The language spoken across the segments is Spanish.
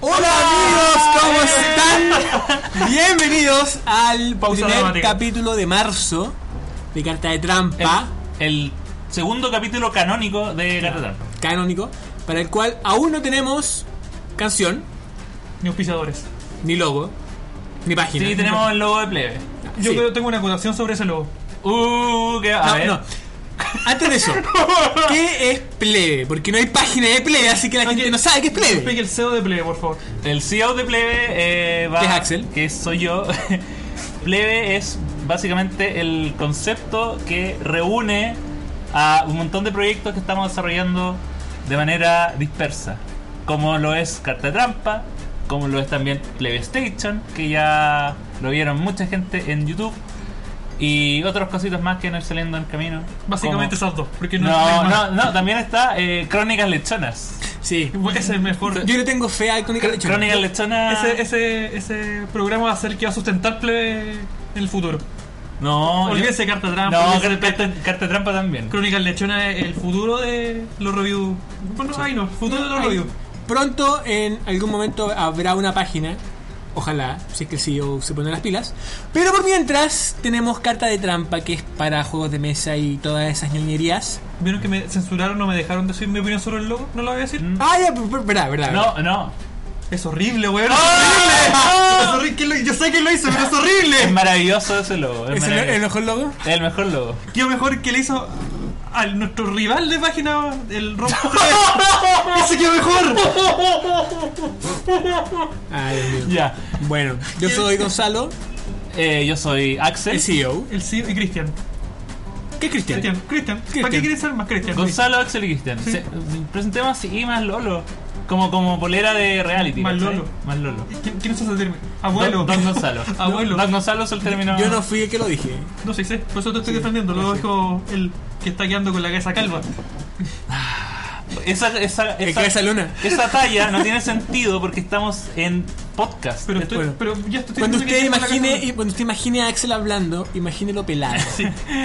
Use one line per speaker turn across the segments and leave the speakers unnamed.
Bienvenidos al
Pausa
primer
dramática.
capítulo de marzo de Carta de Trampa,
El segundo capítulo canónico de Gatatán.
canónico, para el cual aún no tenemos canción,
Ni auspiciadores.
ni logo, ni página.
Sí, tenemos el logo de plebe.
Yo
Sí.
creo- tengo una acotación sobre ese logo.
Uh, que a
No,
ver.
no. Antes de eso, ¿qué es plebe? Porque no hay página de plebe, así que la gente
Ok.
no sabe qué es
Explique
plebe.
el CEO de Plebe, por favor.
El CEO de plebe eh, va.
¿Qué es Axel?
Que soy yo. plebe es básicamente el concepto que reúne a un montón de proyectos que estamos desarrollando de manera dispersa. Como lo es Carta de Trampa, como lo es también Plebe Station, que ya lo vieron mucha gente en YouTube. Y otros cositos más que no saliendo en el camino.
Básicamente
Como-
esas dos. Porque no,
No,
hay
no,
más.
no, también está eh, Crónicas Lechonas.
Sí.
Ese es el mejor.
Yo le tengo fe a Crónica Lechona.
Crónicas Lechonas.
Ese, ese, ese programa va a ser el que va a sustentar Plebe en el futuro.
No, yo-
Olvídese Carta Trampa.
No,
olvídese
carta, carta- carta trampa también.
Crónicas Lechona es el futuro de los reviews. Bueno, ay no, futuro de los
Ay,
reviews.
Pronto, en algún momento, habrá una página. Ojalá, si es que el CEO se pone las pilas. Pero por mientras, tenemos carta de trampa que es para juegos de mesa y todas esas ñoñerías.
¿Vieron que me censuraron o me dejaron decir mi opinión sobre el logo? ¿No lo voy a decir?
Mm.
Ah, ya, ver- ver- verdad, verdad.
No, no.
Es horrible, weón.
¡Ah!
Es horrible. Es horrible. Yo sé que lo hizo, pero es horrible.
Es maravilloso ese logo. Es,
¿Es el, el
maravilloso.
mejor logo?
Es el mejor logo.
Qué mejor que le hizo a nuestro rival de página, el Rob. ¡Ese quedó mejor!
Ay, Dios mío.
Ya.
Bueno, yo soy Gonzalo,
Eh, yo soy Axel.
el CEO.
El CEO y Cristian.
¿Qué es Cristian?
Cristian, Cristian. ¿Para
Cristian.
qué quieres ser más Cristian?
Gonzalo, Axel y Cristian.
Sí.
Se- Presentemos así más Lolo. Como, como polera de reality.
Más
¿cachai?
Lolo.
Más Lolo.
¿Quién, quién usó ese término? Abuelo.
Don, Don Gonzalo.
Abuelo.
Don Gonzalo es el término.
Yo no fui el que lo dije.
No sé, sé. Por eso te estoy defendiendo. Lo dijo el que está quedando con la cabeza calva.
Esa, esa,
El
esa,
cabeza luna.
esa talla no tiene sentido porque estamos en podcast.
Pero, estoy,
Bueno.
pero ya estoy
Cuando
diciendo que
usted
tiene la
imagine,
cabeza-
y cuando usted imagine a Axel hablando, imagínelo pelado.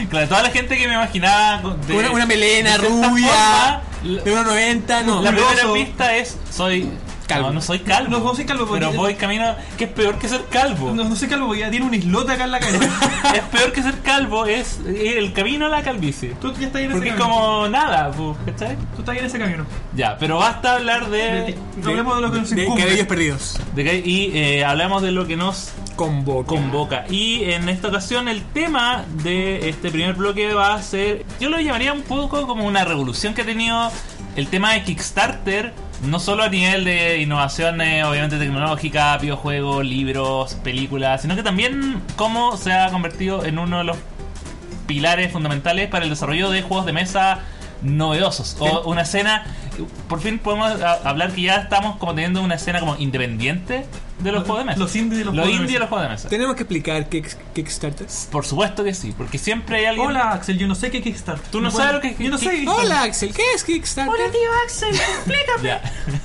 Claro, toda la gente que me imaginaba. con- de-
Con una, una melena
de cierta
rubia,
forma,
de 1,90, no.
La
Curioso.
primera pista es soy
Calvo.
No, no soy calvo.
No, no soy calvo, porque-
Pero voy camino que es peor que ser calvo.
No, no sé calvo, ya tiene un islote acá en la cabeza.
Es peor que ser calvo es el camino a la calvicie.
Tú ya estás en ese
Porque es
camino.
como nada, pu, ¿cachai?
Tú estás en ese camino.
Ya, pero basta hablar
De
de,
ti. Hablemos de lo que nos
de
incumbe.
cabellos perdidos.
de que- y eh, hablamos de lo que nos
Convoca.
convoca. Y en esta ocasión el tema de este primer bloque va a ser, yo lo llamaría un poco como una revolución que ha tenido el tema de Kickstarter, no solo a nivel de innovaciones, obviamente tecnológica, videojuegos, libros, películas, sino que también cómo se ha convertido en uno de los pilares fundamentales para el desarrollo de juegos de mesa novedosos o una escena por fin podemos a- hablar que ya estamos como teniendo una escena como independiente de los
Lo-
juegos de mesa
los indie de los
los
juegos de
indie de
mesa.
los juegos de mesa
Tenemos que explicar qué es Kickstarter.
por supuesto que sí, porque siempre hay alguien.
Hola Axel, yo no sé qué es Kickstarter.
Tú no
Bueno,
sabes lo que es
Yo no sé.
Kickstarter.
Hola Axel, ¿qué es Kickstarter?
Axel, explícame.
Ya.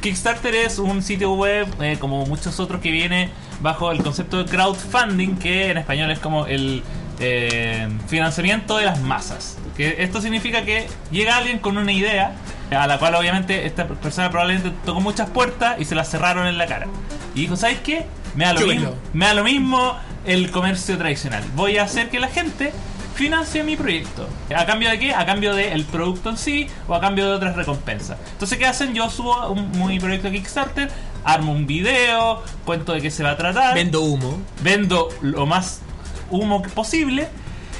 Kickstarter es un sitio web, eh, como muchos otros, que viene bajo el concepto de crowdfunding, que en español es como el eh, financiamiento de las masas. Que esto significa que llega alguien con una idea, a la cual obviamente esta persona probablemente tocó muchas puertas y se las cerraron en la cara. Y dijo, ¿sabes qué? Me da lo,
Chúpenlo.
mismo, me da lo mismo el comercio tradicional. Voy a hacer que la gente financie mi proyecto. ¿A cambio de qué? A cambio del producto en sí o a cambio de otras recompensas. Entonces, ¿qué hacen? Yo subo un, mi proyecto a Kickstarter, armo un video, cuento de qué se va a tratar,
Vendo humo.
vendo lo más humo que posible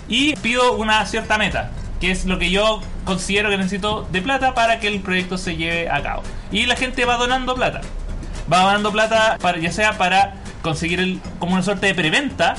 y pido una cierta meta, que es lo que yo considero que necesito de plata para que el proyecto se lleve a cabo. Y la gente va donando plata. Va donando plata para, ya sea para conseguir el, como una suerte de preventa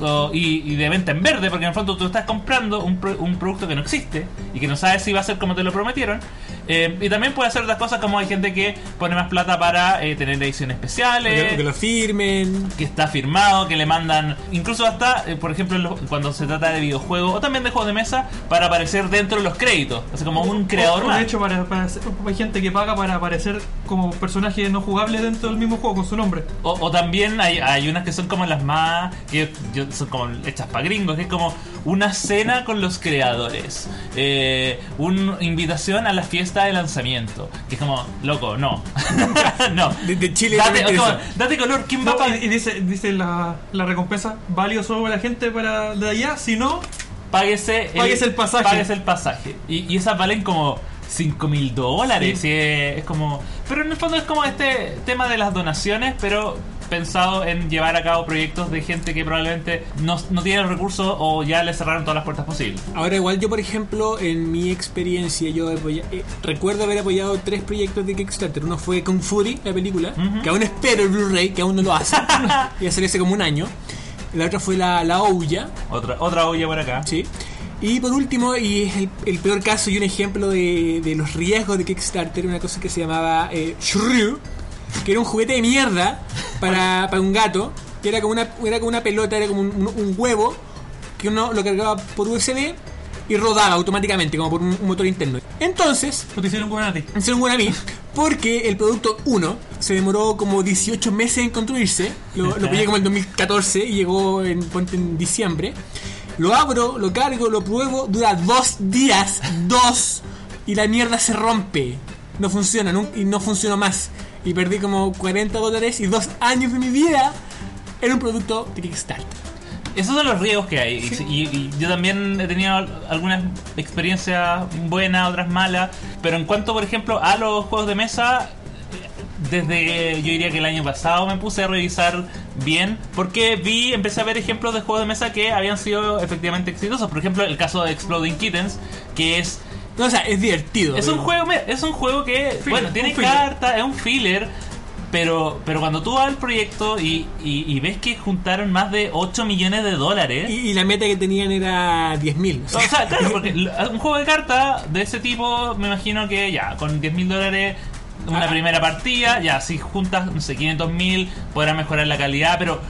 o- y, y de venta en verde, porque en el fondo tú estás comprando un, pro- un producto que no existe y que no sabes si va a ser como te lo prometieron. Eh, y también puede hacer otras cosas como hay gente que pone más plata para eh, tener ediciones especiales
Que, que lo firmen.
que está firmado, que le mandan, incluso hasta, eh, por ejemplo, en los- cuando se trata de videojuegos o también de juegos de mesa, para aparecer dentro de los créditos. O sea, como un creador
O- o
más.
Oh, De hecho, para, para ser- hay gente que paga para aparecer como personaje no jugable dentro del mismo juego con su nombre.
O, o también hay, hay unas que son como las más. que yo que son como hechas para gringos, que es como una cena con los creadores, eh, una invitación a la fiesta de lanzamiento, que es como, loco, no, no.
De, de Chile no me
Date,
interesa.
como, date color, ¿quién va
No,
para
y, y dice, dice la, la recompensa, válido solo la gente para de allá, si no,
Páguese
Páguese el pasaje.
páguese el pasaje. Y, y esas valen como 5 mil dólares. y Es, es como. Pero en el fondo es como este tema de las donaciones, pero pensado en llevar a cabo proyectos de gente que probablemente no, no tiene los recursos o ya le cerraron todas las puertas posibles.
Ahora igual yo por ejemplo en mi experiencia yo he apoya- eh, recuerdo haber apoyado tres proyectos de Kickstarter. Uno fue Kung Fury, la película,
Ujú.
que aún espero el Blu-ray, que aún no lo hace. ya salió hace como un año. La otra fue la, la Ouya,
Otra, otra olla por acá.
¿sí? Y por último, y es el, el peor caso y un ejemplo de, de los riesgos de Kickstarter, una cosa que se llamaba eh, Shrew, que era un juguete de mierda para, para un gato, que era como una, era como una pelota, era como un, un- un huevo, que uno lo cargaba por USB y rodaba automáticamente, como por un, un motor interno. Entonces,
lo te hicieron con a ti.
me hicieron buena a mí, porque el producto 1 se demoró como 18 meses en construirse. Lo, lo pillé como en 2014 y llegó en, ponte, en diciembre. Lo abro, lo cargo, lo pruebo, dura dos días, dos, y la mierda se rompe. No funciona, nun- y no funcionó más. Y perdí como 40 dólares y dos años de mi vida en un producto de Kickstarter.
Esos son los riesgos que hay. Y- Y, y yo también he tenido al- algunas experiencias buenas, otras malas. Pero en cuanto, por ejemplo, a los juegos de mesa, desde yo diría que el año pasado me puse a revisar bien. Porque vi, empecé a ver ejemplos de juegos de mesa que habían sido efectivamente exitosos. Por ejemplo, el caso de Exploding Kittens, que es
No, o sea, es divertido.
es un
pero-
juego, me- es un juego que bueno, tiene
un filler.
carta, es un filler, pero pero cuando tú vas al proyecto y, y- y ves que juntaron más de 8 millones de dólares,
Y, y la meta que tenían era 10.000. o
o
sea,
sea, claro, porque l- un juego de cartas de ese tipo, me imagino que ya, con 10 mil dólares, una
Ah.
primera partida, ya, si juntas, no sé, 500 mil, podrás mejorar la calidad, pero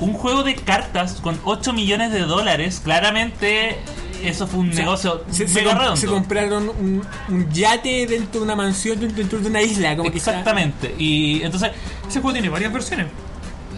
un juego de cartas con 8 millones de dólares, claramente eso fue un
O sea,
negocio
se, se
mega
comp-
redondo.
se compraron un, un yate dentro de una mansión, dentro, dentro de una isla. Como que está-
Exactamente, y entonces,
Ese juego tiene varias versiones.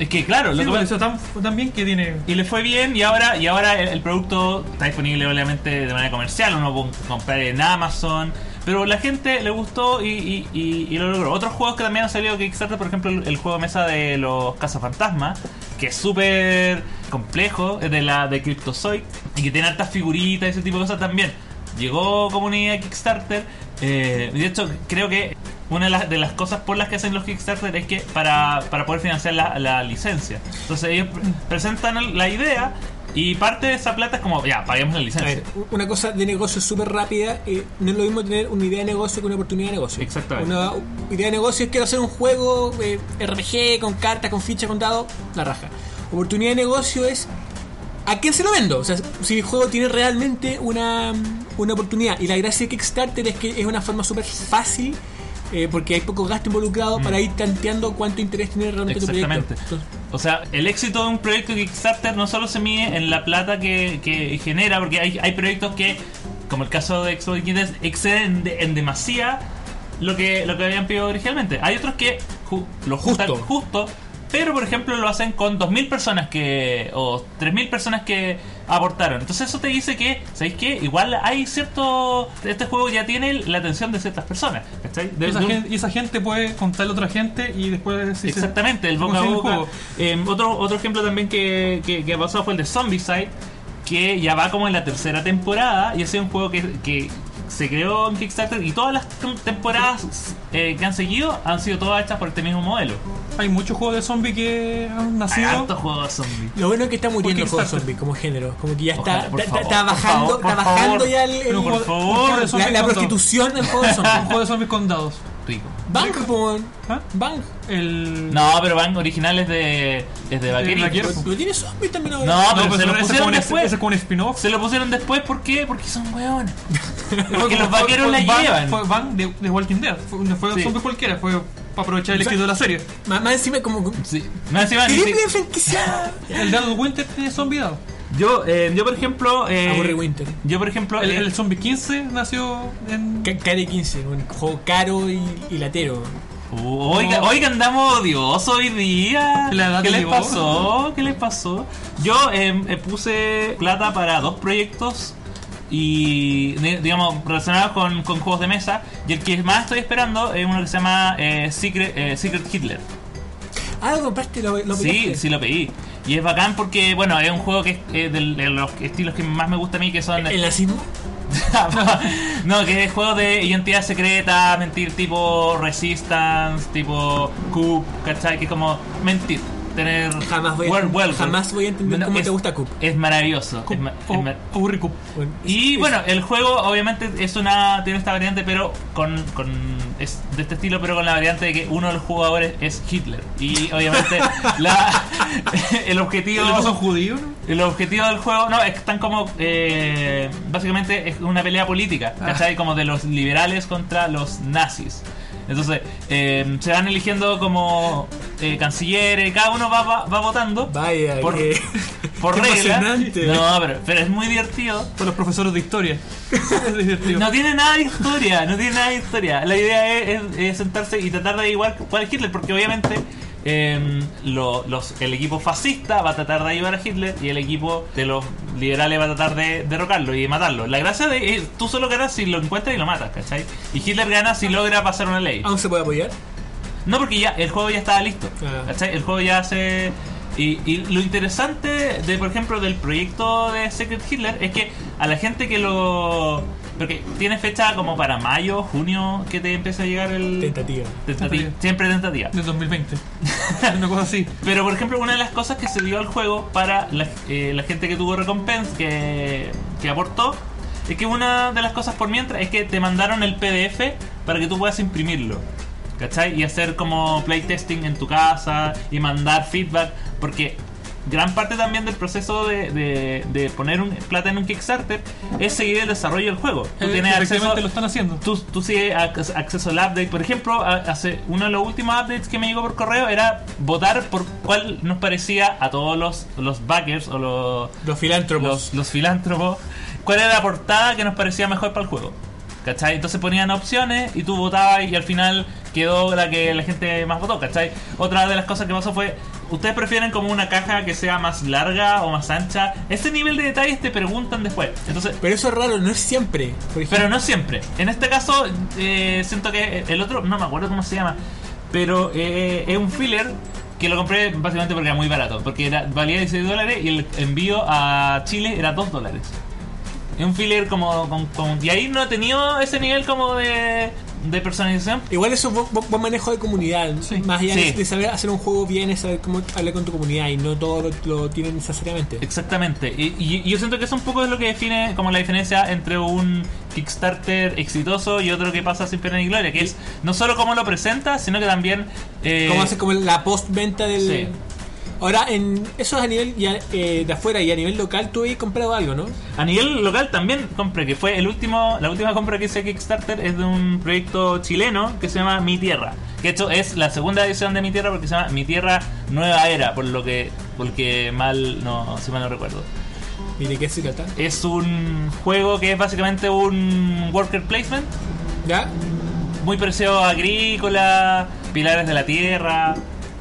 es que claro, lo
Sí,
que pasa-
eso tan, tan bien que tiene.
Y le fue bien y ahora y ahora el, el producto está disponible obviamente de manera comercial, uno puede comprar en Amazon, pero la gente le gustó y, y- y- y lo logró. Otros juegos que también han salido de Kickstarter, por ejemplo el, el juego de mesa de los cazafantasmas, que es súper complejo, es de la de Cryptozoic y que tiene hartas figuritas y ese tipo de cosas también. Llegó comunidad Kickstarter, eh, y de hecho creo que una de las, de las cosas por las que hacen los Kickstarter es que para, para poder financiar la, la licencia. Entonces ellos pre- presentan el- la idea y parte de esa plata es como, ya, paguemos la
A
licencia.
ver, una cosa de negocio súper rápida, eh, no es lo mismo tener una idea de negocio que una oportunidad de negocio.
Exactamente.
Una idea de negocio es quiero hacer un juego eh, RPG con cartas, con fichas, con dados, la raja. Oportunidad de negocio es a quién se lo vendo. O sea, si el juego tiene realmente una, una oportunidad. Y la gracia de Kickstarter es que es una forma súper fácil. eh, porque hay poco gasto involucrado para ir tanteando cuánto interés tiene realmente tu proyecto.
Mm. Exactamente.
Entonces,
O sea, el éxito de un proyecto de Kickstarter no solo se mide en la plata que, que genera, porque hay, hay proyectos que, como el caso de Exploding Kittens, exceden de- en demasía lo que, lo que habían pedido originalmente. Hay otros que ju- lo juntan
Justo.
justo, pero por ejemplo lo hacen con 2.000 personas que o 3.000 personas que aportaron. Entonces eso te dice que, ¿sabéis qué? Igual hay cierto... Este juego ya tiene la atención de ciertas personas. ¿Cachai? De-
esa
de un-
gen- y esa gente puede contarle a otra gente y después. si se-
Exactamente, el boca a
consigue el
boca.
juego.
Eh, otro, otro ejemplo también que, que, que ha pasado fue el de Zombicide, que ya va como en la tercera temporada y ha sido un juego que, que se creó en Kickstarter y todas las tem- temporadas eh, que han seguido han sido todas hechas por este mismo modelo.
Hay muchos juegos de zombie que han
Hay
nacido.
hartos juegos de zombies.
Lo bueno es que está muriendo el juego
Kickstarter.
zombie como género, como que ya está,
Ojalá, por
está-
favor,
está
por
bajando,
favor,
está
por favor.
bajando ya el, el-
Pero
la-
por
Por
favor,
favor,
eso- zombies
la,
con
prostitución del juego
Un
zombie.
juego de zombies con dados.
rico.
Mm.
Bang, po,
¿Ah?
bang.
El.
No, pero van originales de, es de Vaqueros.
Vaqueros. Cierto.
Pero tiene zombie también ahora.
No, pero
pues
se lo
ese es
pusieron
como un-
después.
Ese es como un spin-off.
Se lo pusieron después, ¿por qué? Porque son hueones. Porque
Fue-
los
fue-
vaqueros
fue-
la
van-
llevan.
Fue van de, de Walking Dead. Fue, no fue
Sí.
zombie cualquiera. Fue para aprovechar el
O sea-
éxito de la serie.
Más, más encima como que-
Sí. Más encima, ni si-
triple franquiciada.
El Dado Winter tiene zombie dado.
Yo, eh, yo por ejemplo. eh,
Aburre Winter.
Yo, por ejemplo.
El,
eh,
el zombie 15 nació en.
Care 15, un juego caro y, y latero.
Oh, Oiga, oiga, andamos odiosos hoy día.
La edad
¿Qué
de
les
Dios.
pasó? ¿Qué les pasó? Yo eh, eh, puse plata para dos proyectos y di- digamos relacionados con, con juegos de mesa y el que más estoy esperando es uno que se llama eh, Secret, eh, Secret Hitler.
Ah, lo compraste, lo, lo
Sí,
pillaste.
sí lo pedí. Y es bacán porque, bueno, es un juego que es eh, del- de los estilos que más me gusta a mí, que son...
¿El nazismo?
no, que es juego de identidad secreta, mentir tipo resistance, tipo coup, ¿cachai? Que es como mentir, tener...
Jamás voy a-
Well- well-
jamás voy a entender cómo te gusta coup.
Es maravilloso. es ma- es ma-
Aburrico.
Bueno,
y
es-
bueno, el juego obviamente es una tiene esta variante, pero con, con es de este estilo, pero con la variante de que uno de los jugadores es Hitler y obviamente la, el objetivo
¿No son judíos? no?
el objetivo del juego, no, es que están como. eh, básicamente es una pelea política,
Ah.
¿cachai? Como de los liberales contra los nazis. Entonces, eh, se van eligiendo como eh, cancilleres, cada uno va, va, va votando.
Vaya,
por,
que-
por
qué
regla.
emocionante.
No, pero, pero es muy divertido.
Por los profesores de historia. es divertido.
No tiene nada de historia, no tiene nada de historia. La idea es, es- es sentarse y tratar de igual cuál es Hitler, porque obviamente em, lo- los, el equipo fascista va a tratar de ayudar a Hitler y el equipo de los liberales va a tratar de derrocarlo y de matarlo. La gracia de es, tú solo ganas si lo encuentras y lo matas, ¿cachai? Y Hitler gana si logra pasar una ley.
¿Aún se puede apoyar?
No, porque ya el juego ya estaba listo.
Claro.
¿cachai? El juego ya se. Y, y lo interesante, de por ejemplo, del proyecto de Secret Hitler es que a la gente que lo. Porque tiene fecha como para mayo, junio, que te empieza a llegar el.
Tentativa.
Tentativa.
Tentativa.
Siempre tentativa.
Del 2020. Una cosa así.
Pero por ejemplo, una de las cosas que se dio al juego para la, eh, la gente que tuvo recompensa, que, que aportó, es que una de las cosas por mientras es que te mandaron el PDF para que tú puedas imprimirlo. ¿Cachai? Y hacer como playtesting en tu casa y mandar feedback. Porque gran parte también del proceso de, de- de poner un plata en un Kickstarter es seguir el desarrollo del juego. Tú tienes
Eh, Efectivamente
acceso,
lo están haciendo.
Tú, tú sigues ac- acceso al update. Por ejemplo, a- hace uno de los últimos updates que me llegó por correo era votar por cuál nos parecía a todos los, los backers o los,
Los filántropos.
los, los filántropos, cuál era la portada que nos parecía mejor para el juego. ¿Cachai? Entonces ponían opciones y tú votabas y al final quedó la que la gente más votó, ¿cachai? Otra de las cosas que pasó fue, ¿ustedes prefieren como una caja que sea más larga o más ancha? Ese nivel de detalles te preguntan después. Entonces,
Pero eso es raro, no es siempre. Por ejemplo,
pero no siempre. En este caso, eh, siento que el otro, no me acuerdo cómo se llama, pero eh, es un filler que lo compré básicamente porque era muy barato, porque era, valía 16 dólares y el envío a Chile era 2 dólares. Es un filler como, con- con- Y ahí no he tenido ese nivel como de, de personalización.
Igual eso es bu- bu- buen manejo de comunidad.
Sí.
Más allá
Sí.
de saber hacer un juego bien, es saber cómo hablar con tu comunidad y no todo lo, lo tienen necesariamente.
Exactamente. Y, y- y yo siento que eso un poco es lo que define como la diferencia entre un Kickstarter exitoso y otro que pasa sin pena ni gloria, que es no solo cómo lo presenta, sino que también... eh,
Cómo hacer como la postventa del.
sí.
Ahora, en eso es a nivel ya, eh, de afuera y a nivel local, tú habías comprado algo, ¿no?
A nivel local también compré, que fue el último, la última compra que hice a Kickstarter es de un proyecto chileno que se llama Mi Tierra. Que de hecho es la segunda edición de Mi Tierra porque se llama Mi Tierra Nueva Era, por lo que, porque mal no, si mal no recuerdo.
Mire, qué se trata.
Es un juego que es básicamente un worker placement,
¿Ya?
muy parecido a Agrícola, Pilares de la Tierra,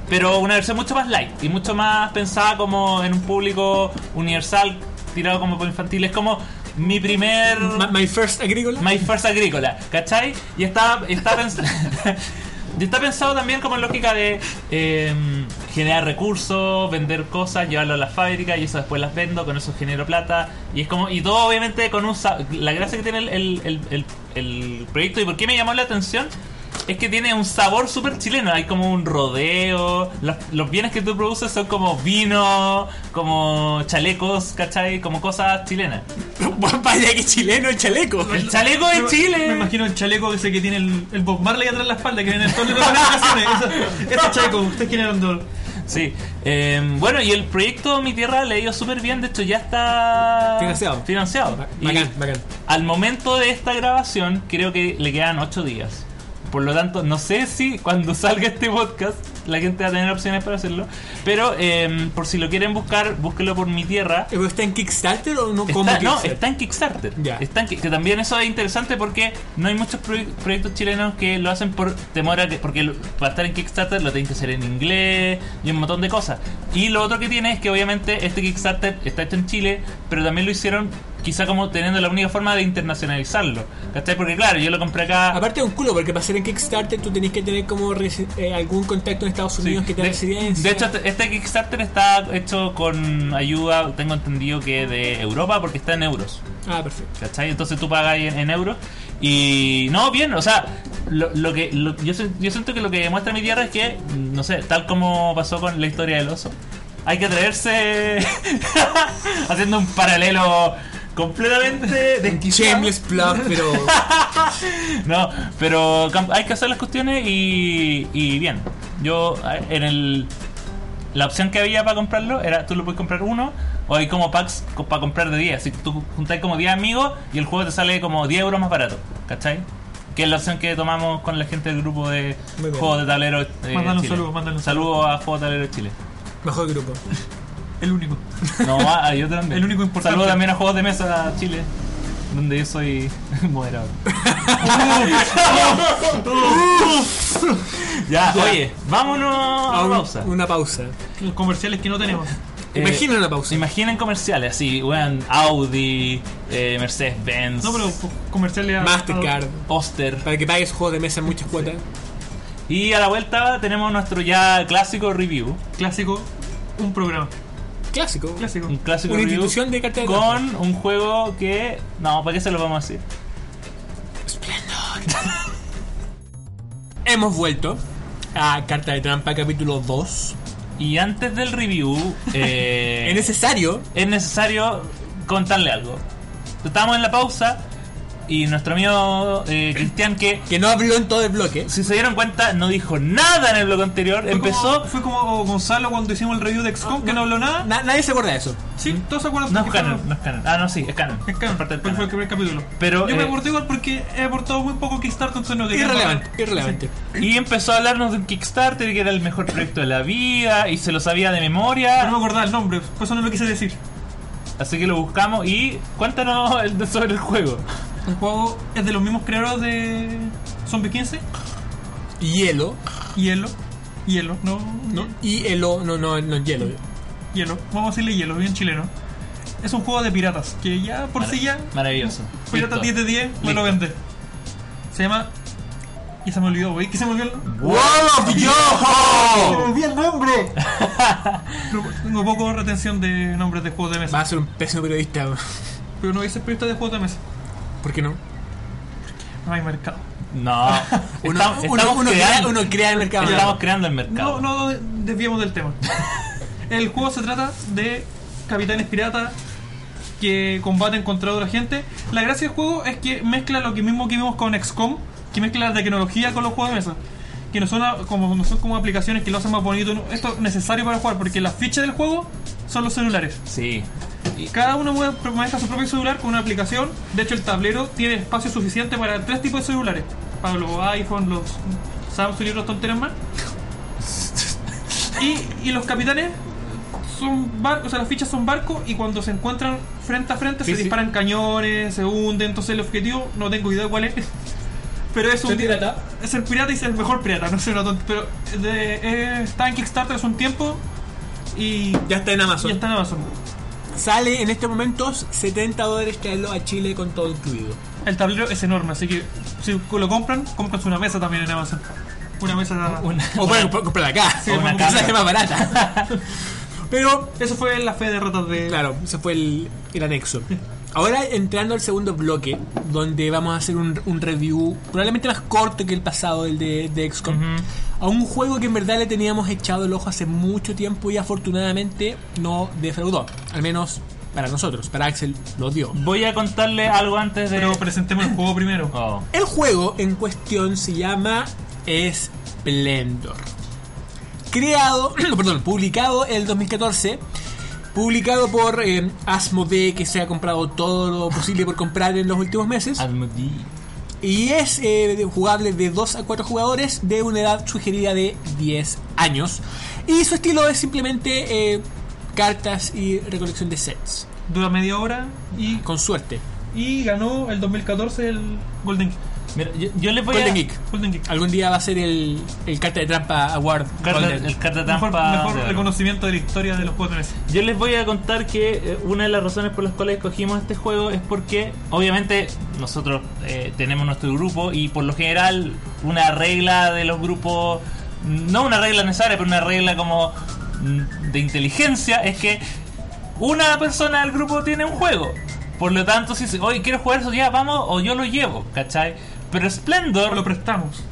pero una versión mucho más light y mucho más pensada como en un público universal, tirado como por infantil. Es como mi primer...
My, my first agrícola.
My First Agrícola, ¿cachai? Y está, está, pens- y está pensado también como en lógica de eh, generar recursos, vender cosas, llevarlo a la fábrica y eso después las vendo, con eso genero plata. Y es como, y todo obviamente con un sa- la gracia que tiene el, el- el- el- el proyecto y por qué me llamó la atención. Es que tiene un sabor súper chileno, hay como un rodeo, los, los bienes que tú produces son como vino, como chalecos, ¿cachai? Como cosas chilenas.
Vaya que chileno el chaleco.
El chaleco de
Yo
Chile.
Me imagino el chaleco ese que tiene el, el Bob Marley atrás de la espalda, que viene en todas las ocasiones. Ese, ese chaleco, ustedes quieren dos.
Sí. Eh, bueno, y el proyecto Mi Tierra le ha ido súper bien. De hecho, ya está
Financiado.
financiado.
Ba-
Y
Bacán, bacán.
al momento de esta grabación, creo que le quedan 8 días. Por lo tanto, no sé si cuando salga este podcast la gente va a tener opciones para hacerlo. Pero eh, por si lo quieren buscar, búsquenlo por mi tierra.
¿Pero está en Kickstarter o no? ¿Cómo
Está, no,
Kickstarter?
está en Kickstarter.
Ya.
Está en Ki- que también eso es interesante porque no hay muchos proye- proyectos chilenos que lo hacen por temor a que. Porque lo- para estar en Kickstarter lo tienen que hacer en inglés y un montón de cosas. Y lo otro que tiene es que obviamente este Kickstarter está hecho en Chile, pero también lo hicieron quizá como teniendo la única forma de internacionalizarlo. ¿Cachai? Porque claro, yo lo compré acá.
Aparte de un culo, porque para ser en Kickstarter tú tenés que tener como resi- eh, algún contacto en Estados
Sí.
Unidos que te
de,
residencia.
de hecho, este- este Kickstarter está hecho con ayuda, tengo entendido que de Europa, porque está en euros.
Ah, perfecto.
¿Cachai? Entonces tú pagas en, en euros. Y no, bien, o sea, lo, lo que lo- yo, sen- yo siento que lo que demuestra mi tierra es que, no sé, tal como pasó con la historia del oso, hay que atreverse haciendo un paralelo completamente desquiciado.
Shameless plug, pero
No, pero cam- hay que hacer las cuestiones y, y bien. Yo eh, en el la opción que había para comprarlo era tú lo puedes comprar uno o hay como packs co- para comprar de 10. Si tú juntáis como 10 amigos y el juego te sale como 10 euros más barato, ¿cachai? Que es la opción que tomamos con la gente del grupo de
Muy bien.
Juegos de Tablero. eh,
Mándale un
Chile.
saludo, mándale un
saludo a Juegos de Tablero de Chile.
mejor grupo.
El único.
No, a, a- yo también.
El único importante.
Saludo también a Juegos de Mesa Chile, donde yo soy moderador.
Ya.
ya, oye, vámonos a una pausa.
Una pausa.
Los comerciales que no tenemos.
Eh,
Imagina una pausa.
Imaginen comerciales así, weón, Audi, eh, Mercedes-Benz,
No, pero pues, comerciales a-
Mastercard.
Oster.
Para que pagues juegos de mesa en muchas cuotas.
Y a la vuelta tenemos nuestro ya clásico review.
a- clásico. Un programa.
Clásico.
Clásico.
Un clásico
Una
review
institución de carta de trampa.
con un juego que... No, ¿para qué se lo vamos a decir?
Hemos vuelto a Carta de Trampa capítulo 2.
Y antes del review... eh,
Es necesario.
es necesario contarle algo. Estamos en la pausa y nuestro amigo eh, Cristian, que
Que no habló en todo el bloque.
si se dieron cuenta no dijo nada en el blog anterior,
Fue
empezó...
Como, fue como Gonzalo cuando hicimos el review de XCOM que no habló nada.
Na- nadie se acuerda de eso.
Sí, todos se acuerdan.
No
que
es
fue-
canon, no es canon. Ah, no, sí, es canon.
Es canon,
Parte del
porque fue
canon.
el primer capítulo.
Pero,
Yo me
eh,
aporté igual porque he aportado muy poco Kickstarter, entonces no quería-
Irrelevante. Irrelevante.
Y empezó a hablarnos de un Kickstarter que era el mejor proyecto de la vida y se lo sabía de
Pero no
memoria.
me acordaba el nombre, por eso no lo quise decir.
Así que lo buscamos y cuéntanos el- sobre el juego.
El juego es de los mismos creadores de Zombie 15,
Hielo.
Hielo, Hielo, no,
No, hielo. No, no, no, hielo.
Hielo, vamos a decirle Hielo, bien chileno. Es un juego de piratas, que ya por sí ya,
Maravilloso.
pirata
Listo.
10 de 10, me
Listo.
lo vende. Se llama... Y se me olvidó, güey, que se me olvidó el
Wow. Oh.
¡Se me olvidó el nombre! No, tengo poco retención de nombres de juegos de mesa.
Va a ser un pésimo periodista.
Pero no hice periodista de juegos de mesa.
¿Por qué no?
No hay mercado.
No.
Uno,
Estamos-
uno-
estamos
uno crea,
creando-
uno crea el mercado.
Estamos creando el mercado.
No, no desviemos del tema. El juego se trata de capitanes piratas que combaten contra otra gente. La gracia del juego es que mezcla lo que mismo que vimos con XCOM, que mezcla la tecnología con los juegos de mesa. Que no son a- como, no son como aplicaciones que lo hacen más bonito. no- Esto es necesario para jugar, porque las fichas del juego son los celulares.
Sí. Y-
Cada uno mue- maneja su propio celular con una aplicación. De hecho, el tablero tiene espacio suficiente para tres tipos de celulares. Para los iPhone, los Samsung y otros tonterías más. Y, y los capitanes son barcos, o sea, las fichas son barcos y cuando se encuentran frente a frente
Sí,
se
sí.
disparan cañones, se hunden. Entonces, el objetivo, no tengo idea cuál es. Pero es un
¿Ser pirata?
Es ser pirata y ser el mejor pirata, no sé, una tonta- Pero de- eh, está en Kickstarter hace un tiempo y
Ya está en
ya
Amazon.
está en Amazon.
Sale en este momento 70 dólares traerlo a Chile con todo incluido.
El tablero es enorme, así que si lo compran, compras una mesa también en Amazon. Una mesa.
O pueden comp- comprar acá.
O una
porque esa
casa.
es más barata. Pero,
Eso fue la fe de ratas de.
claro, ese fue el, el anexo. Ahora entrando al segundo bloque, donde vamos a hacer un, un review probablemente más corto que el pasado, el de, de XCOM,
Ujú.
a un juego que en verdad le teníamos echado el ojo hace mucho tiempo y afortunadamente no defraudó. Al menos para nosotros, para Axel lo dio.
Voy a contarle algo antes de.
Pero presentemos el juego primero.
Oh.
El juego en cuestión se llama Splendor. Creado, perdón, publicado el 2014. Publicado por eh,
Ah.
Asmodee, que se ha comprado todo lo posible por comprar en los últimos meses.
Asmodee.
Y es eh, de- jugable de 2 a 4 jugadores de una edad sugerida de 10 años. Y su estilo es simplemente eh, cartas y recolección de sets.
Dura media hora y,
Con suerte.
y ganó el 2014 el Golden Geek.
Mira, yo, yo les voy
Golden
a.
Geek.
Golden Geek.
Algún día va a ser el, el carta de trampa award.
Carta-
Golden.
el carta trampa.
Mejor, mejor
de oro.
reconocimiento de la historia de los juegos de mesa.
Yo les voy a contar que eh, una de las razones por las cuales escogimos este juego es porque, obviamente, nosotros eh, tenemos nuestro grupo y por lo general una regla de los grupos, no una regla necesaria, pero una regla como mm, de inteligencia, es que una persona del grupo tiene un juego. Por lo tanto, si dice, oye, quiero jugar eso, ya vamos, o yo lo llevo, ¿cachai? Pero Splendor
Lo prestamos.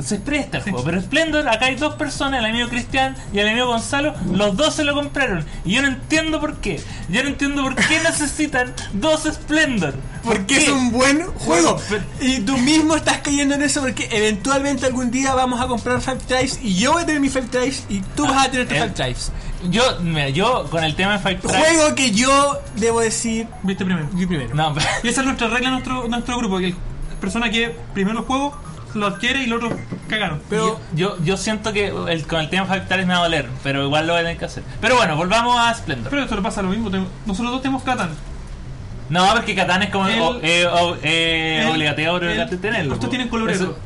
se presta el juego. Pero Splendor, acá hay dos personas, el amigo Cristian y el amigo Gonzalo, los dos se lo compraron. Y yo no entiendo por qué. Yo no entiendo por qué necesitan dos Splendor. ¿Por
Porque es un buen juego.
Pero-
Y tú mismo estás cayendo en eso porque eventualmente algún día vamos a comprar Five Tribes y yo voy a tener mi Five Tribes y tú vas a tener tu
eh,
Five Tribes.
Yo, mira, yo con el tema de Fight Tribe.
Juego que yo debo decir
Viste primero.
yo primero.
No, pero-
Y esa es nuestra regla en nuestro, nuestro grupo. Que la persona que primero el juego lo adquiere y los otros cagaron.
Pero
yo, yo siento que el- con el tema de Fight Tribe me va a doler, pero igual lo voy a tener que hacer. Pero bueno, volvamos a Splendor.
Pero esto le pasa lo mismo. tengo- Nosotros dos tenemos Catán.
No, porque Catán es como
El-
o- eh, o- eh,
El-
obligatorio
el-
tenerlo.
Ustedes tienen
Eso-
Coloreto.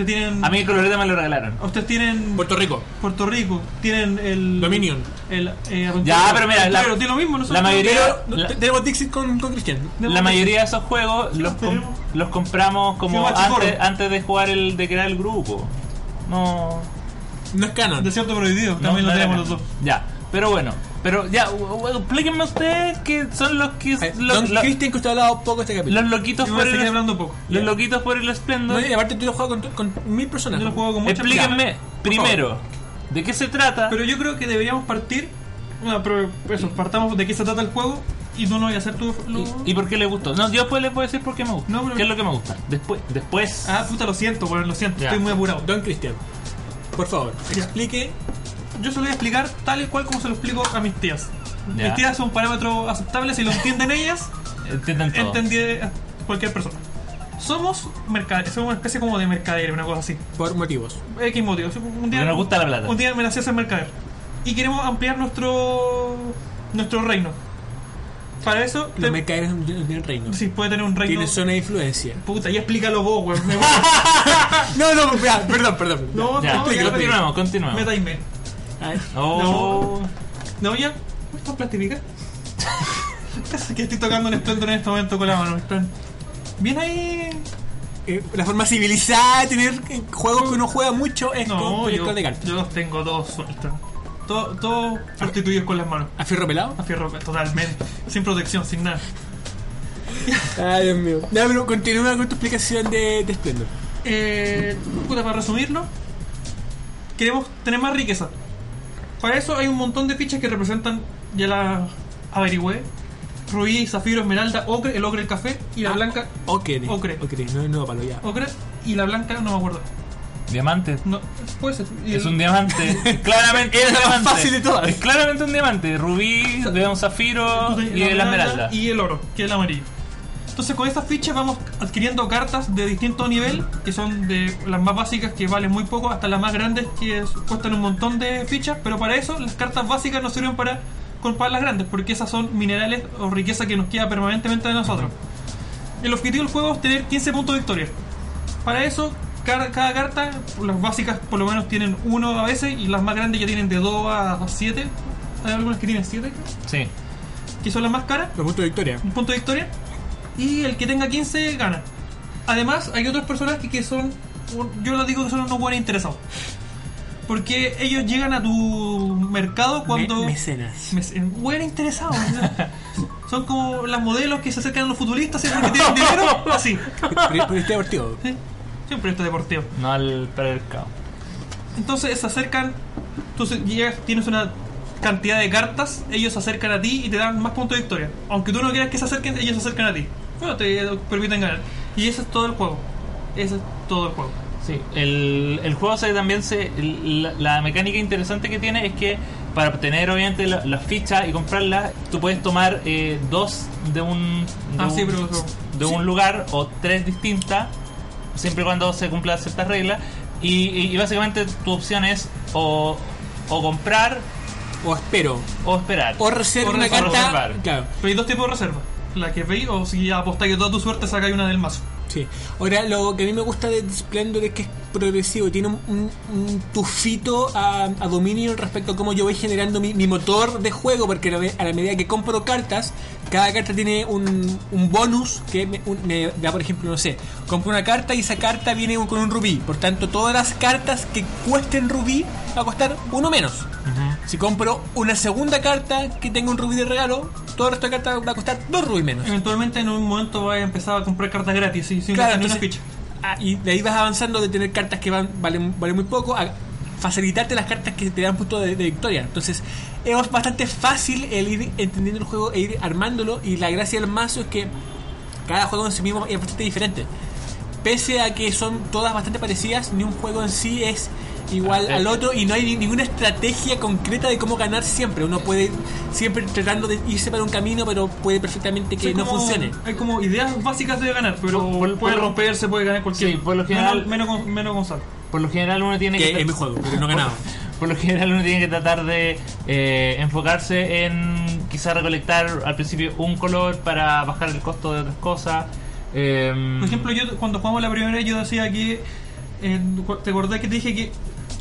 Ustedes tienen.
A mí el colorete me lo regalaron.
Ustedes tienen
Puerto Rico.
Puerto Rico. Tienen el.
Dominion.
El. eh,
Ya,
Aventurero.
pero mira, la-
Aventurero, tiene lo mismo. nosotros
la mayoría-
Pero
La-
te- tenemos Dixit con, con Cristian.
De
La
momento.
mayoría de esos juegos los, com-
tenemos.
los compramos como
Fuimos a Chicoro.
antes, antes de jugar el de crear el grupo. No.
No es canon.
Desierto prohibido. También
no
lo tenemos
era.
los dos.
Ya, pero bueno. Pero ya, u- u- explíquenme ustedes que son los que.
Eh,
lo-
Don
lo-
Cristian que usted ha hablado poco este capítulo.
los loquitos
Yo voy a
por
seguir
el.
hablando poco.
Los loquitos por el esplendor.
No, y aparte tú lo juegas con, con mil personas.
Yo lo juego con mucha
Explíquenme primero de qué se trata.
Pero yo creo que deberíamos partir. Bueno, pero eso, partamos de qué se trata el juego y tú no voy a hacer tu. lo-
y, y por qué les gustó. No, yo después les puedo decir por qué me gusta.
No, pero-
¿Qué es lo que me gusta? Después. después
Ah, puta, lo siento, bueno, lo siento,
Ya.
estoy muy apurado.
Don Cristian, por favor,
Ya.
explique.
Yo se lo voy a explicar tal y cual como se lo explico a mis tías.
Ya.
Mis tías son parámetros aceptables, si lo entienden ellas,
entiendan todo.
entendí a cualquier persona. Somos mercaderes, somos una especie como de mercaderes, una cosa así.
Por motivos.
X motivo. Un día,
Porque nos gusta la plata.
Un día me nací a ser mercader. Y queremos ampliar nuestro nuestro reino. Para eso,
Los
te-
mercaderes no tienen reino.
sí, puede tener un reino.
Tienen zona de influencia.
Puta, ya explícalo vos, weón. Me-
No, no, ya, perdón, perdón.
No,
Ya,
no, ya, ya.
continuemos, continuemos.
Me taimé.
A ver.
Oh.
No, ya. ¿Esto es plastifica? es que estoy tocando un esplendor en este momento con la mano. esperen. Bien ahí.
Eh, la forma civilizada de tener eh, juegos que uno juega mucho es con
No, yo,
proyectos de cartas.
yo los tengo todos sueltos. Todos todo prostituidos con las manos.
¿A fierro pelado?
A fierro, totalmente. Sin protección, sin nada.
Ay, Dios mío. No, pero continúa con tu explicación de, de Splendor.
Eh, puta, para resumirlo, queremos tener más riqueza. Para eso hay un montón de fichas que representan, ya las averigüé: rubí, zafiro, esmeralda, ocre, el ocre, el café y la
Ah,
blanca.
Ocre.
Ocre.
Ocre, no es nuevo palo ya.
Ocre y la blanca, no me acuerdo.
Diamante.
No, puede ser. Y
Es
el-
un diamante. claramente
Era
un
la más
diamante.
fácil de todas.
Es claramente un diamante. Rubí, de un zafiro
Entonces,
y de la esmeralda.
Y el oro, que es el amarillo. Entonces con estas fichas vamos adquiriendo cartas de distinto nivel, que son de las más básicas que valen muy poco, hasta las más grandes que es- cuestan un montón de fichas, pero para eso las cartas básicas nos sirven para comprar las grandes, porque esas son minerales o riqueza que nos queda permanentemente de nosotros. El objetivo del juego es tener 15 puntos de victoria. Para eso, cada, cada carta, las básicas por lo menos tienen uno a veces, y las más grandes ya tienen de 2 a 7. Hay algunas que tienen 7,
Sí.
que son las más caras
Los puntos de victoria.
un punto de victoria. Y el que tenga 15 gana. Además, hay otros personajes que son. Yo les digo que son unos buenos interesados. Porque ellos llegan a tu mercado cuando.
Me- mecenas.
Mes- buenos interesados. ¿no? son como las modelos que se acercan a los futbolistas siempre que tienen dinero. Así.
Pero pero este deportivo.
¿sí? Siempre esto es deportivo.
No al percao.
Entonces se acercan. Tú se- llegas, tienes una cantidad de cartas, ellos se acercan a ti y te dan más puntos de victoria. Aunque tú no quieras que se acerquen, ellos se acercan a ti. Bueno, te permiten ganar. Y eso es todo el juego. Eso es todo el juego.
Sí. El, el juego se, también se. el- la, la mecánica interesante que tiene es que para obtener obviamente la- las fichas y comprarlas, tú puedes tomar eh, dos de un. de
Ah,
un-
sí, pero-
de
sí.
un lugar o tres distintas siempre y cuando se cumpla ciertas reglas. Y, y- y básicamente tu opción es o, o comprar
O espero.
o esperar.
O reservo
O
una
reservo,
carta.
reservar.
Claro,
Pero hay dos tipos de reserva. La que veis o si apostáis toda tu suerte sacáis una del mazo.
sí. Ahora, lo que a mí me gusta de Splendor es que es progresivo. Tiene un, un- un tufito a, a dominio respecto a cómo yo voy generando mi, mi motor de juego. Porque a la ve- a la medida que compro cartas, cada carta tiene un, un bonus que me, un- me da, por ejemplo, no sé, compro una carta y esa carta viene con un rubí. Por tanto, todas las cartas que cuesten rubí va a costar uno menos.
Ujú.
Si compro una segunda carta que tenga un rubí de regalo, todo el resto de cartas va a costar dos rubíes menos.
Eventualmente en un momento vais a empezar a comprar cartas gratis y sin
Claro,
gastar ni una
entonces-
ficha.
Ah, y de ahí vas avanzando de tener cartas que van valen, valen muy poco a facilitarte las cartas que te dan punto de, de victoria. Entonces es bastante fácil el ir entendiendo el juego e ir armándolo y la gracia del mazo es que cada juego en sí mismo es bastante diferente. Pese a que son todas bastante parecidas, ni un juego en sí es igual
Ah,
al
eh.
otro y no hay ni- ninguna estrategia concreta de cómo ganar siempre. Uno puede ir siempre tratando de irse para un camino, pero puede perfectamente que
Hay
no
como-
funcione.
Hay como ideas básicas de ganar, pero
Por- por-
puede
por-
romperse, puede ganar cualquier.
Sí, por lo general-
Menos, menos, Gon- menos Gonzalo.
Por lo general uno tiene
Que
que...
es mi juego, porque no ganaba.
Por lo general uno tiene que tratar de eh, enfocarse en quizá recolectar al principio un color para bajar el costo de otras cosas. Em,
Por ejemplo, yo cuando jugamos la primera, yo decía que. eh, ¿Te acordás que te dije que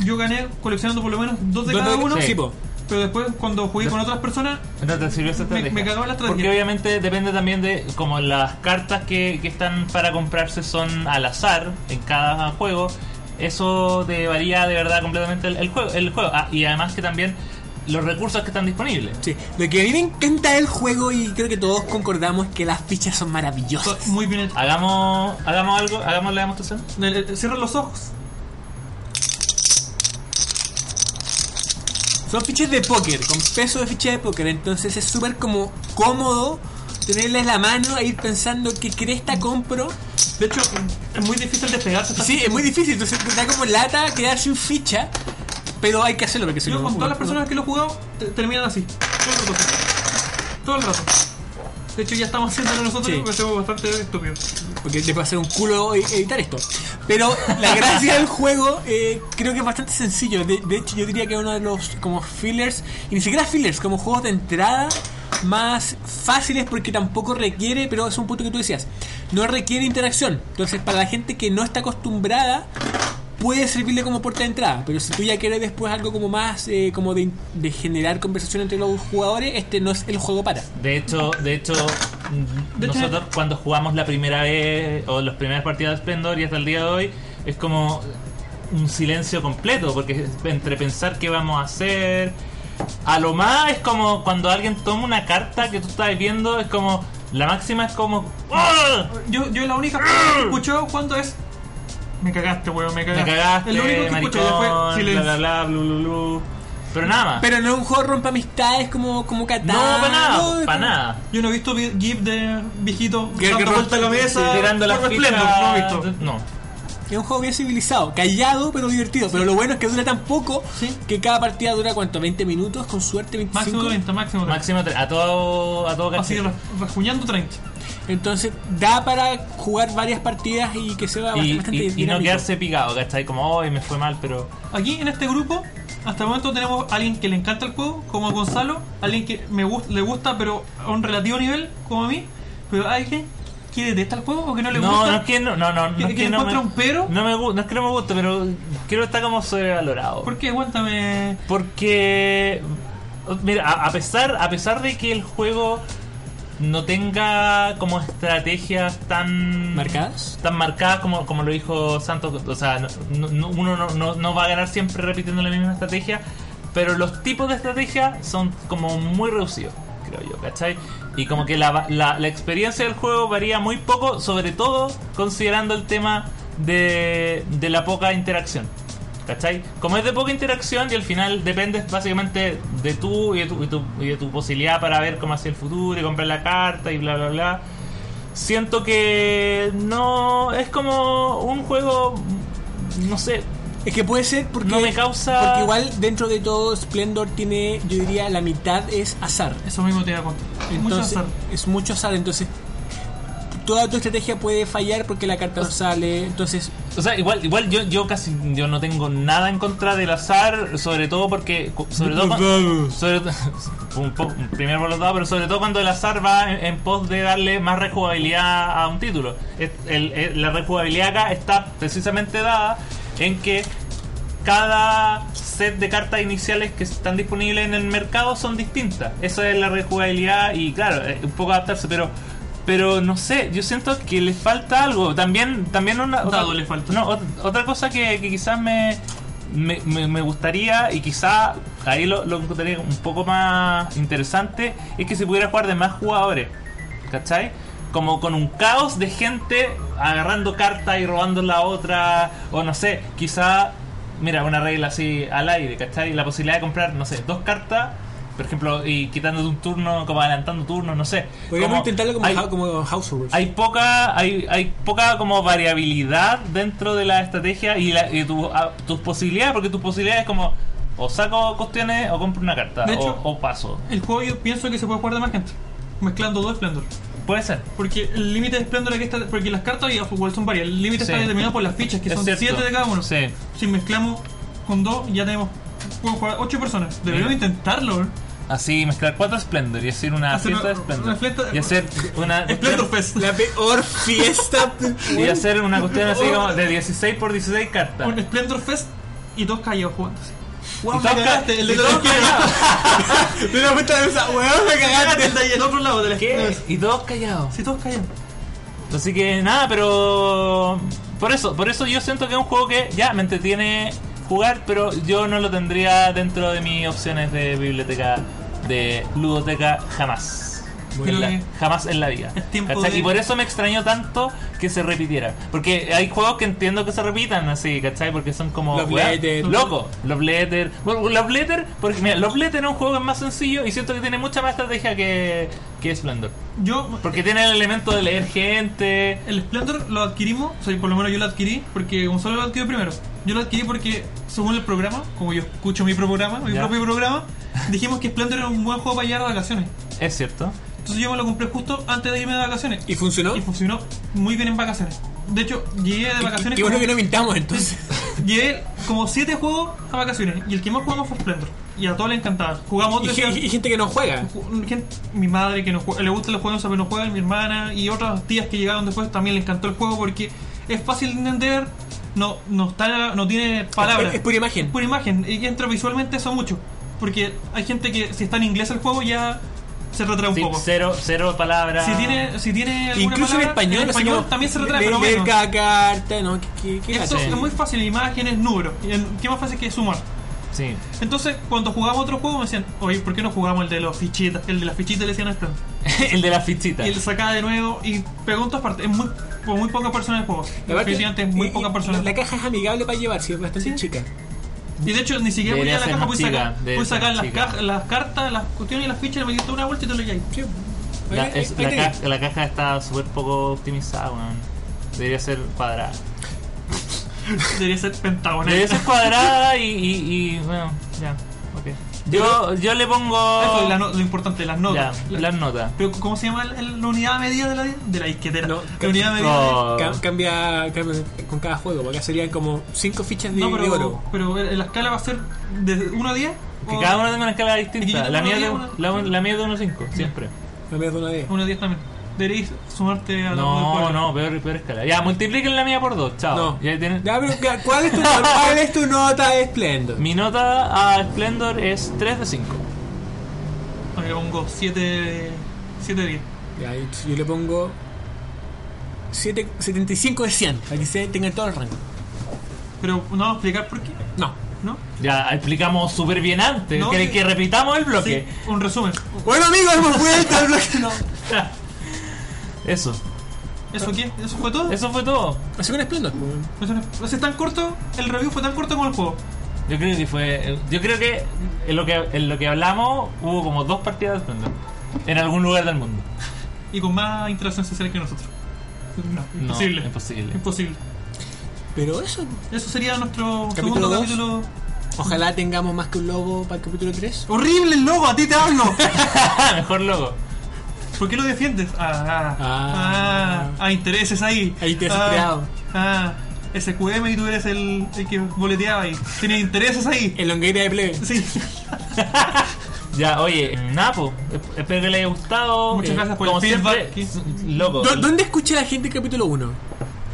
yo gané coleccionando por lo menos dos de
Dos
cada
de-
uno?
sí, po.
Pero después, cuando jugué
Des-
con otras personas,
Entonces, ¿te sirvió esa
Me-
estrategia?
me cagó la estrategia.
Porque obviamente depende también de como las cartas que, que están para comprarse son al azar en cada juego. Eso te varía de verdad completamente el, el juego. El juego. Ah, y además que también los recursos que están disponibles.
Sí, lo que a mí me encanta del juego y creo que todos concordamos es que las fichas son
so-
maravillosas.
muy bien hecho.
Hagamos, hagamos algo, hagamos la demostración.
El- el- Cierra los ojos.
Son fichas de póker, con peso de ficha de póker, entonces es súper como cómodo tenerles la mano e ir pensando qué cresta compro.
De hecho, es muy difícil despegarse. de estas
Sí, es muy difícil, entonces te da como lata quedar sin ficha, pero hay que hacerlo porque si
Yo
no...
con todas las personas que lo he jugado te- terminan así. Todo el rato. Todo el rato. De hecho ya estamos haciéndolo nosotros
Sí.
porque somos bastante estúpidos.
Porque te va a hacer un culo e- editar esto. Pero la gracia del juego eh, creo que es bastante sencillo. De, de hecho, yo diría que es uno de los como fillers, y ni siquiera fillers, como juegos de entrada más fáciles porque tampoco requiere, pero es un punto que tú decías, no requiere interacción. Entonces, para la gente que no está acostumbrada, puede servirle como puerta de entrada, pero si tú ya quieres después algo como más, eh, como de, de generar conversación entre los jugadores, este no es el juego para.
De hecho, de hecho,
De hecho-
nosotros cuando jugamos la primera vez o las primeras partidas de Splendor y hasta el día de hoy, es como un silencio completo, porque es entre pensar qué vamos a hacer. A lo más es como cuando alguien toma una carta que tú estás viendo, es como. La máxima es como. ¡Ah!
Yo, yo la única persona que he escuchado cuando es... Me cagaste, weón, me
Me
cagaste.
cagaste,
Es lo Ah, único que escucho y después
maricón, bla
silencio.
bla bla, blu, blu, blu. Pero nada más.
Pero no es un juego rompa amistades como, como Catán.
no, para nada,
no, es
para
como-
nada.
Yo no he visto vi- GIF de viejito
Que- que
dando vuelta a la
rompe-
mesa.
Tirando las
por Splendor, no he
fichas.
visto.
No.
Es un juego bien civilizado, callado pero divertido. Pero lo bueno es que dura tan poco
Sí.
que cada partida dura cuánto, 20 minutos, con suerte 25.
Máximo 30, máximo 30.
Máximo tre- a todo, a todo
Así
cachete.
ra- rajuñando 30.
Entonces da para jugar varias partidas y que se va
y,
bastante
y- y no
dinámico.
quedarse picado, ¿cachai? Como, hoy me fue mal, pero.
Aquí en este grupo, hasta el momento tenemos a alguien que le encanta el juego, como a Gonzalo, alguien que me gust- le gusta, pero a un relativo nivel, como a mí, pero alguien que detesta el juego o que no le
No,
gusta.
no es que no, no, no,
¿Que-
no es
que
que no.
encuentra
me-
un pero?
No, me, gu- no es que no me guste, pero creo que está como sobrevalorado.
¿Por qué? Cuéntame.
Porque. Mira, a, a pesar, a pesar de que el juego no tenga como estrategias tan.
¿Marcadas?
Tan marcadas como, como lo dijo Santos. O sea, no- no- uno no, no- no va a ganar siempre repitiendo la misma estrategia. Pero los tipos de estrategia son como muy reducidos, creo yo, ¿cachai? Y como que la, la- la experiencia del juego varía muy poco, sobre todo considerando el tema de, de la poca interacción. ¿Cachai? Como es de poca interacción y al final depende básicamente de tú y de tu, y tu- y de tu posibilidad para ver cómo hacia el futuro y comprar la carta y bla bla bla. Siento que no es como un juego, no sé,
Es que puede ser porque,
No me causa-
porque igual dentro de todo Splendor tiene, yo diría, la mitad es azar.
Eso mismo te iba a contar. Mucho
Entonces,
azar.
Es mucho azar, entonces toda tu estrategia puede fallar porque la
Pues-
carta no sale. Entonces,
O sea, igual, igual yo, yo casi yo no tengo nada en contra del azar, sobre todo porque. cu- Sobre todo,
Los
cua-
dados.
sobre to- un po- un primero por los dados, pero sobre todo cuando el azar va en, en pos de darle más rejugabilidad a un título. Es- el- el- la rejugabilidad acá está precisamente dada en que cada set de cartas iniciales que están disponibles en el mercado son distintas. Esa es la rejugabilidad y claro, eh, un poco adaptarse, pero pero no sé, yo siento que les falta algo. También también una
Dado le falta.
no, ot- otra cosa que, que quizás me, me, me- me gustaría y quizás ahí lo, lo encontraría un poco más interesante es que se pudiera jugar de más jugadores. ¿Cachai? Como con un caos de gente agarrando cartas y robando la otra. O no sé, quizá, mira, una regla así al aire, ¿cachai? La posibilidad de comprar, no sé, dos cartas. Por ejemplo, y quitándote un turno, como adelantando turnos, no sé.
podríamos
Como
intentarlo como,
hay-
ha- como House Rules.
hay poca hay, hay poca como variabilidad dentro de la estrategia y, la- y tu- a- tus posibilidades porque tus posibilidades es como o saco cuestiones o compro una carta
De
o,
hecho-
o paso
El juego yo pienso que se puede jugar de más gente. Mezclando dos Splendor.
puede ser
Porque el límite de Splendor aquí está. Porque las cartas y fútbol son varias. El límite
Sí.
está determinado por las fichas, que
Es
son
cierto.
siete de cada uno.
sí
Si mezclamos con dos, ya tenemos. Podemos jugar ocho personas. Deberíamos
Mira.
intentarlo. ¿eh?
así mezclar cuatro Splendor y hacer una
Hacer
fiesta
una-
de Splendor
una fiesta-
y hacer una
Splendor Fest.
La peor fiesta.
y hacer una cuestión así como de 16 por 16 cartas
Un Splendor Fest y dos callados jugando.
Weón,
Y
me
todos ca-
cagaste. El de
y
la
todos
izquierda. De la puta de esa, weón, me cagaste.
Cagaste el otro lado de la
¿Qué?
esquina.
y todos callados
Si todos callan.
Así que nada, pero por eso, por eso yo siento que es un juego que ya me entretiene jugar, pero yo no lo tendría dentro de mis opciones de biblioteca de ludoteca jamás.
Bueno.
En la- jamás en la vida.
Es tiempo
¿Cachai?
de-
Y por eso me extrañó tanto que se repitiera. Porque hay juegos que entiendo que se repitan así, ¿cachai? Porque son como.
Love
weá,
Letter.
Loco. Love Letter. Bueno, Love Letter, porque mira, Love Letter es un juego que es más sencillo y siento que tiene mucha más estrategia que, que Splendor.
Yo
Porque tiene el elemento de leer gente.
El Splendor lo adquirimos, o sea, por lo menos yo lo adquirí, porque Gonzalo lo adquirió primero. Yo lo adquirí porque, según el programa, como yo escucho mi programa, mi
Ya.
propio programa, dijimos que Splendor era un buen juego para llegar a vacaciones.
Es cierto.
Entonces yo me lo compré justo antes de irme de vacaciones.
¿Y funcionó?
Y funcionó muy bien en vacaciones. De hecho, llegué de
Qué-
vacaciones.
Qué bueno
como-
que no mintamos entonces.
Llegué como 7 juegos a vacaciones, y el que más jugamos fue Splendor. Y a todos les encantaba. Jugamos
Y,
otro.
gen- y gente que no juega.
Gente- mi madre que no jue- le gustan los juegos, pero no juega, mi hermana y otras tías que llegaron después también le encantó el juego porque es fácil de entender, no, no, está, no tiene palabras.
Es, es pura imagen.
Pura imagen, y entra visualmente eso mucho. Porque hay gente que si está en inglés el juego ya se retrae un
Sí,
poco.
cero, cero palabras.
Si tiene, si tiene alguna
Incluso en
palabra,
español, así
en español
como
también se retrae,
leer-
pero
leer
bueno.
cada carta, ¿no? ¿Qué, qué, qué
Eso
gacho.
es muy fácil, imágenes, números. Y en- ¿Qué más fácil que sumar?
Sí.
Entonces, cuando jugaba otro juego me decían, oye, ¿por qué no jugamos el de los fichitas? El de las fichitas le decían a este. Splendor.
el de la fichita.
Y él sacaba de nuevo y pegó en todas partes. Es muy, con muy poca persona en el juego.
Y aparte,
Definitivamente es muy
y-
poca
y
persona.
La caja es amigable para llevar, sí, es bastante
Sí.
chica.
Y de hecho, ni siquiera
Debería
podía la
ser
caja,
más
puedes sacar,
chica, debe
puedes
ser
sacar
más
las,
chica.
cajas- las cartas, las cuestiones y las fichas, le metías toda una vuelta y te lo lleváis.
Sí.
La,
Ahí- ahí-
es-
ahí
la
te-
ca- la caja está súper poco optimizada, weón. Debería ser cuadrada.
Debería ser pentagonal.
Debería ser cuadrada y, y, y, bueno, ya. ok. Yo, yo le pongo.
Eso es la no- lo importante, las
Oh. Ya,
notas. La-
las notas.
Pero, ¿cómo se llama el- el- la unidad medida de la, de la disquetera?
No,
la unidad medida. de-
Oh.
Cam- cambia, cambia con cada juego, porque acá serían como 5 fichas de,
no,
de
pero,
oro.
pero la escala va a ser de 1 a 10.
Que
o-
cada uno tenga una escala
Y yo
distinta.
tengo
La mía,
una
de,
diez,
la, la mía de 1.5, siempre.
No me das una de.
Uno a 10 también. Deberíais sumarte a la
No,
cuadro.
no, peor, peor escala. Ya, multipliquen la mía por 2, chao.
No.
Y ahí tienen-
Ya, pero ca- ¿cuál, es tu, ¿Cuál es tu nota de Splendor?
Mi nota a Splendor es 3 de 5.
No, yo le pongo 7 7 de 10.
Ya, yo, yo le pongo siete- 75 de 100, para que se tenga todo el rango.
Pero no vamos a explicar por qué,
No.
¿no?
Ya explicamos súper bien antes.
No,
¿Queréis
sí.
que repitamos el bloque?
Sí, un resumen.
Bueno, amigos, hemos vuelto al bloque. No.
Eso.
¿Eso qué? ¿Eso fue todo?
Eso fue todo.
Así con Splendor. pues.
Eso no- eso es tan corto, el review fue tan corto como el juego.
Yo creo que fue. Yo creo que en lo que, en lo que hablamos hubo como dos partidas de Splendor. En algún lugar del mundo.
Y con más interacción social que nosotros. No,
No,
imposible.
imposible.
Imposible.
Pero eso,
Eso sería nuestro
Capítulo
segundo
dos.
capítulo.
ojalá tengamos más que un logo para el capítulo 3.
¡Horrible el logo! ¡A ti te hablo!
Mejor logo.
¿Por qué lo defiendes? Ah, ah,
Ah.
ah, a intereses ahí.
Hay intereses
Ah,
creados.
Ah, SQM y tú eres el, el que boleteaba ahí. Tienes intereses ahí.
El longueira de plebe.
Sí.
Ya, oye, Napo, espero que les haya gustado.
Muchas
Eh,
gracias por
Como
el feedback.
siempre, loco.
¿Dó- ¿Dónde escuché la gente el capítulo 1?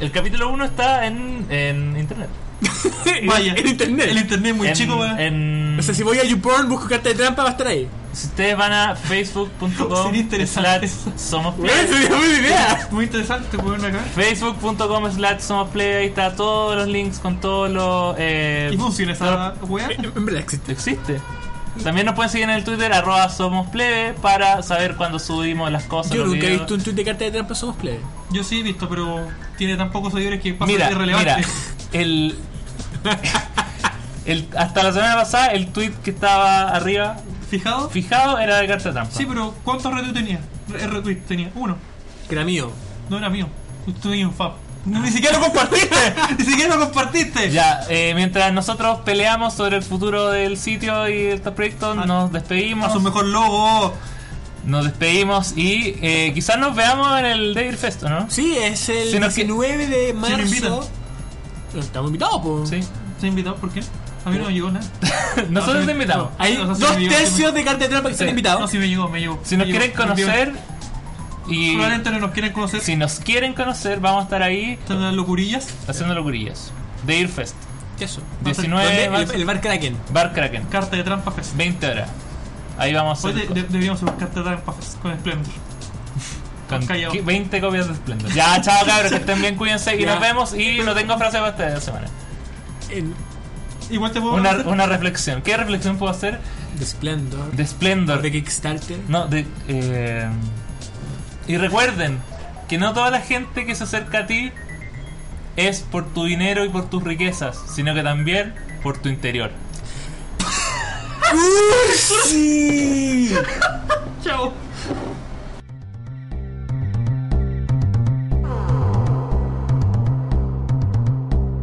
El capítulo 1 está en, en internet.
Vaya.
en internet.
El internet es muy
En-
chico, weón.
en-
O sea, si voy a YouPorn, busco carta de trampa, va a estar ahí.
Si ustedes van a facebook.com
Sería interesante.
slash somos
Bueno,
play.
eso sería buena idea.
Muy interesante, weón, acá.
facebook.com slash somos play. Ahí está todos los links con todos los... eh,
¿Y funciona esa weá?
En verdad existe.
Existe. También nos pueden seguir en el Twitter, arroba somos plebe, para saber cuándo subimos las cosas.
Yo
los
nunca he
videos.
visto un tweet de carta de trampa, somos plebe.
Yo sí he visto, pero tiene tan pocos seguidores que pasa
Mira,
irrelevante.
mira, el, el- hasta la semana pasada el tweet que estaba arriba
¿Fijado?
fijado era de carta trampa.
Sí, pero ¿cuántos retweets tenía? Re- retweets tenía. Uno.
Que era mío.
No era mío. Tú tenías un fab. No, ni siquiera lo compartiste. ni siquiera lo compartiste.
Ya, eh, mientras nosotros peleamos sobre el futuro del sitio y de estos proyectos,
Ah,
nos
A su
despedimos.
mejor logo.
Nos despedimos y eh, quizás nos veamos en el Devil Fest, ¿o ¿no?
Sí, es el
Si no que-
19 de marzo.
invitan.
Estamos invitados, po.
Sí.
¿Se ha invitado? ¿Por qué? A mí no me llegó nada.
Nosotros
sí,
te invitamos.
no.
Hay
O sea, sí
dos
me llegó, sí
tercios
me-
de carta de trampa que
Sí.
están
No,
invitados.
sí me llegó, me llegó.
Si nos
Me llegó,
quieren
me llegó.
conocer y
Probablemente no nos quieren conocer.
si nos quieren conocer, vamos a estar ahí
Están las locurillas.
haciendo locurillas. Devil Fest,
¿Qué eso? ¿Dónde?
19 de
El,
marzo,
el bar Kraken.
Bar Kraken.
Carta de trampa fest.
20 horas. Ahí vamos a
Hoy
hacer
de- de- deberíamos hacer carta de trampa fest con Splendor.
con
callado.
20 copias de Splendor. Ya, chao cabros, que estén bien, cuídense y
Ya.
nos vemos. Y no tengo frase para esta semana.
En
Igual te puedo
Una,
hacer-
una reflexión. ¿Qué reflexión puedo hacer?
The Splendor.
De Splendor.
De Kickstarter.
No, de... eh, Y recuerden que no toda la gente que se acerca a ti es por tu dinero y por tus riquezas, sino que también por tu interior.
¡Sí!
Chao.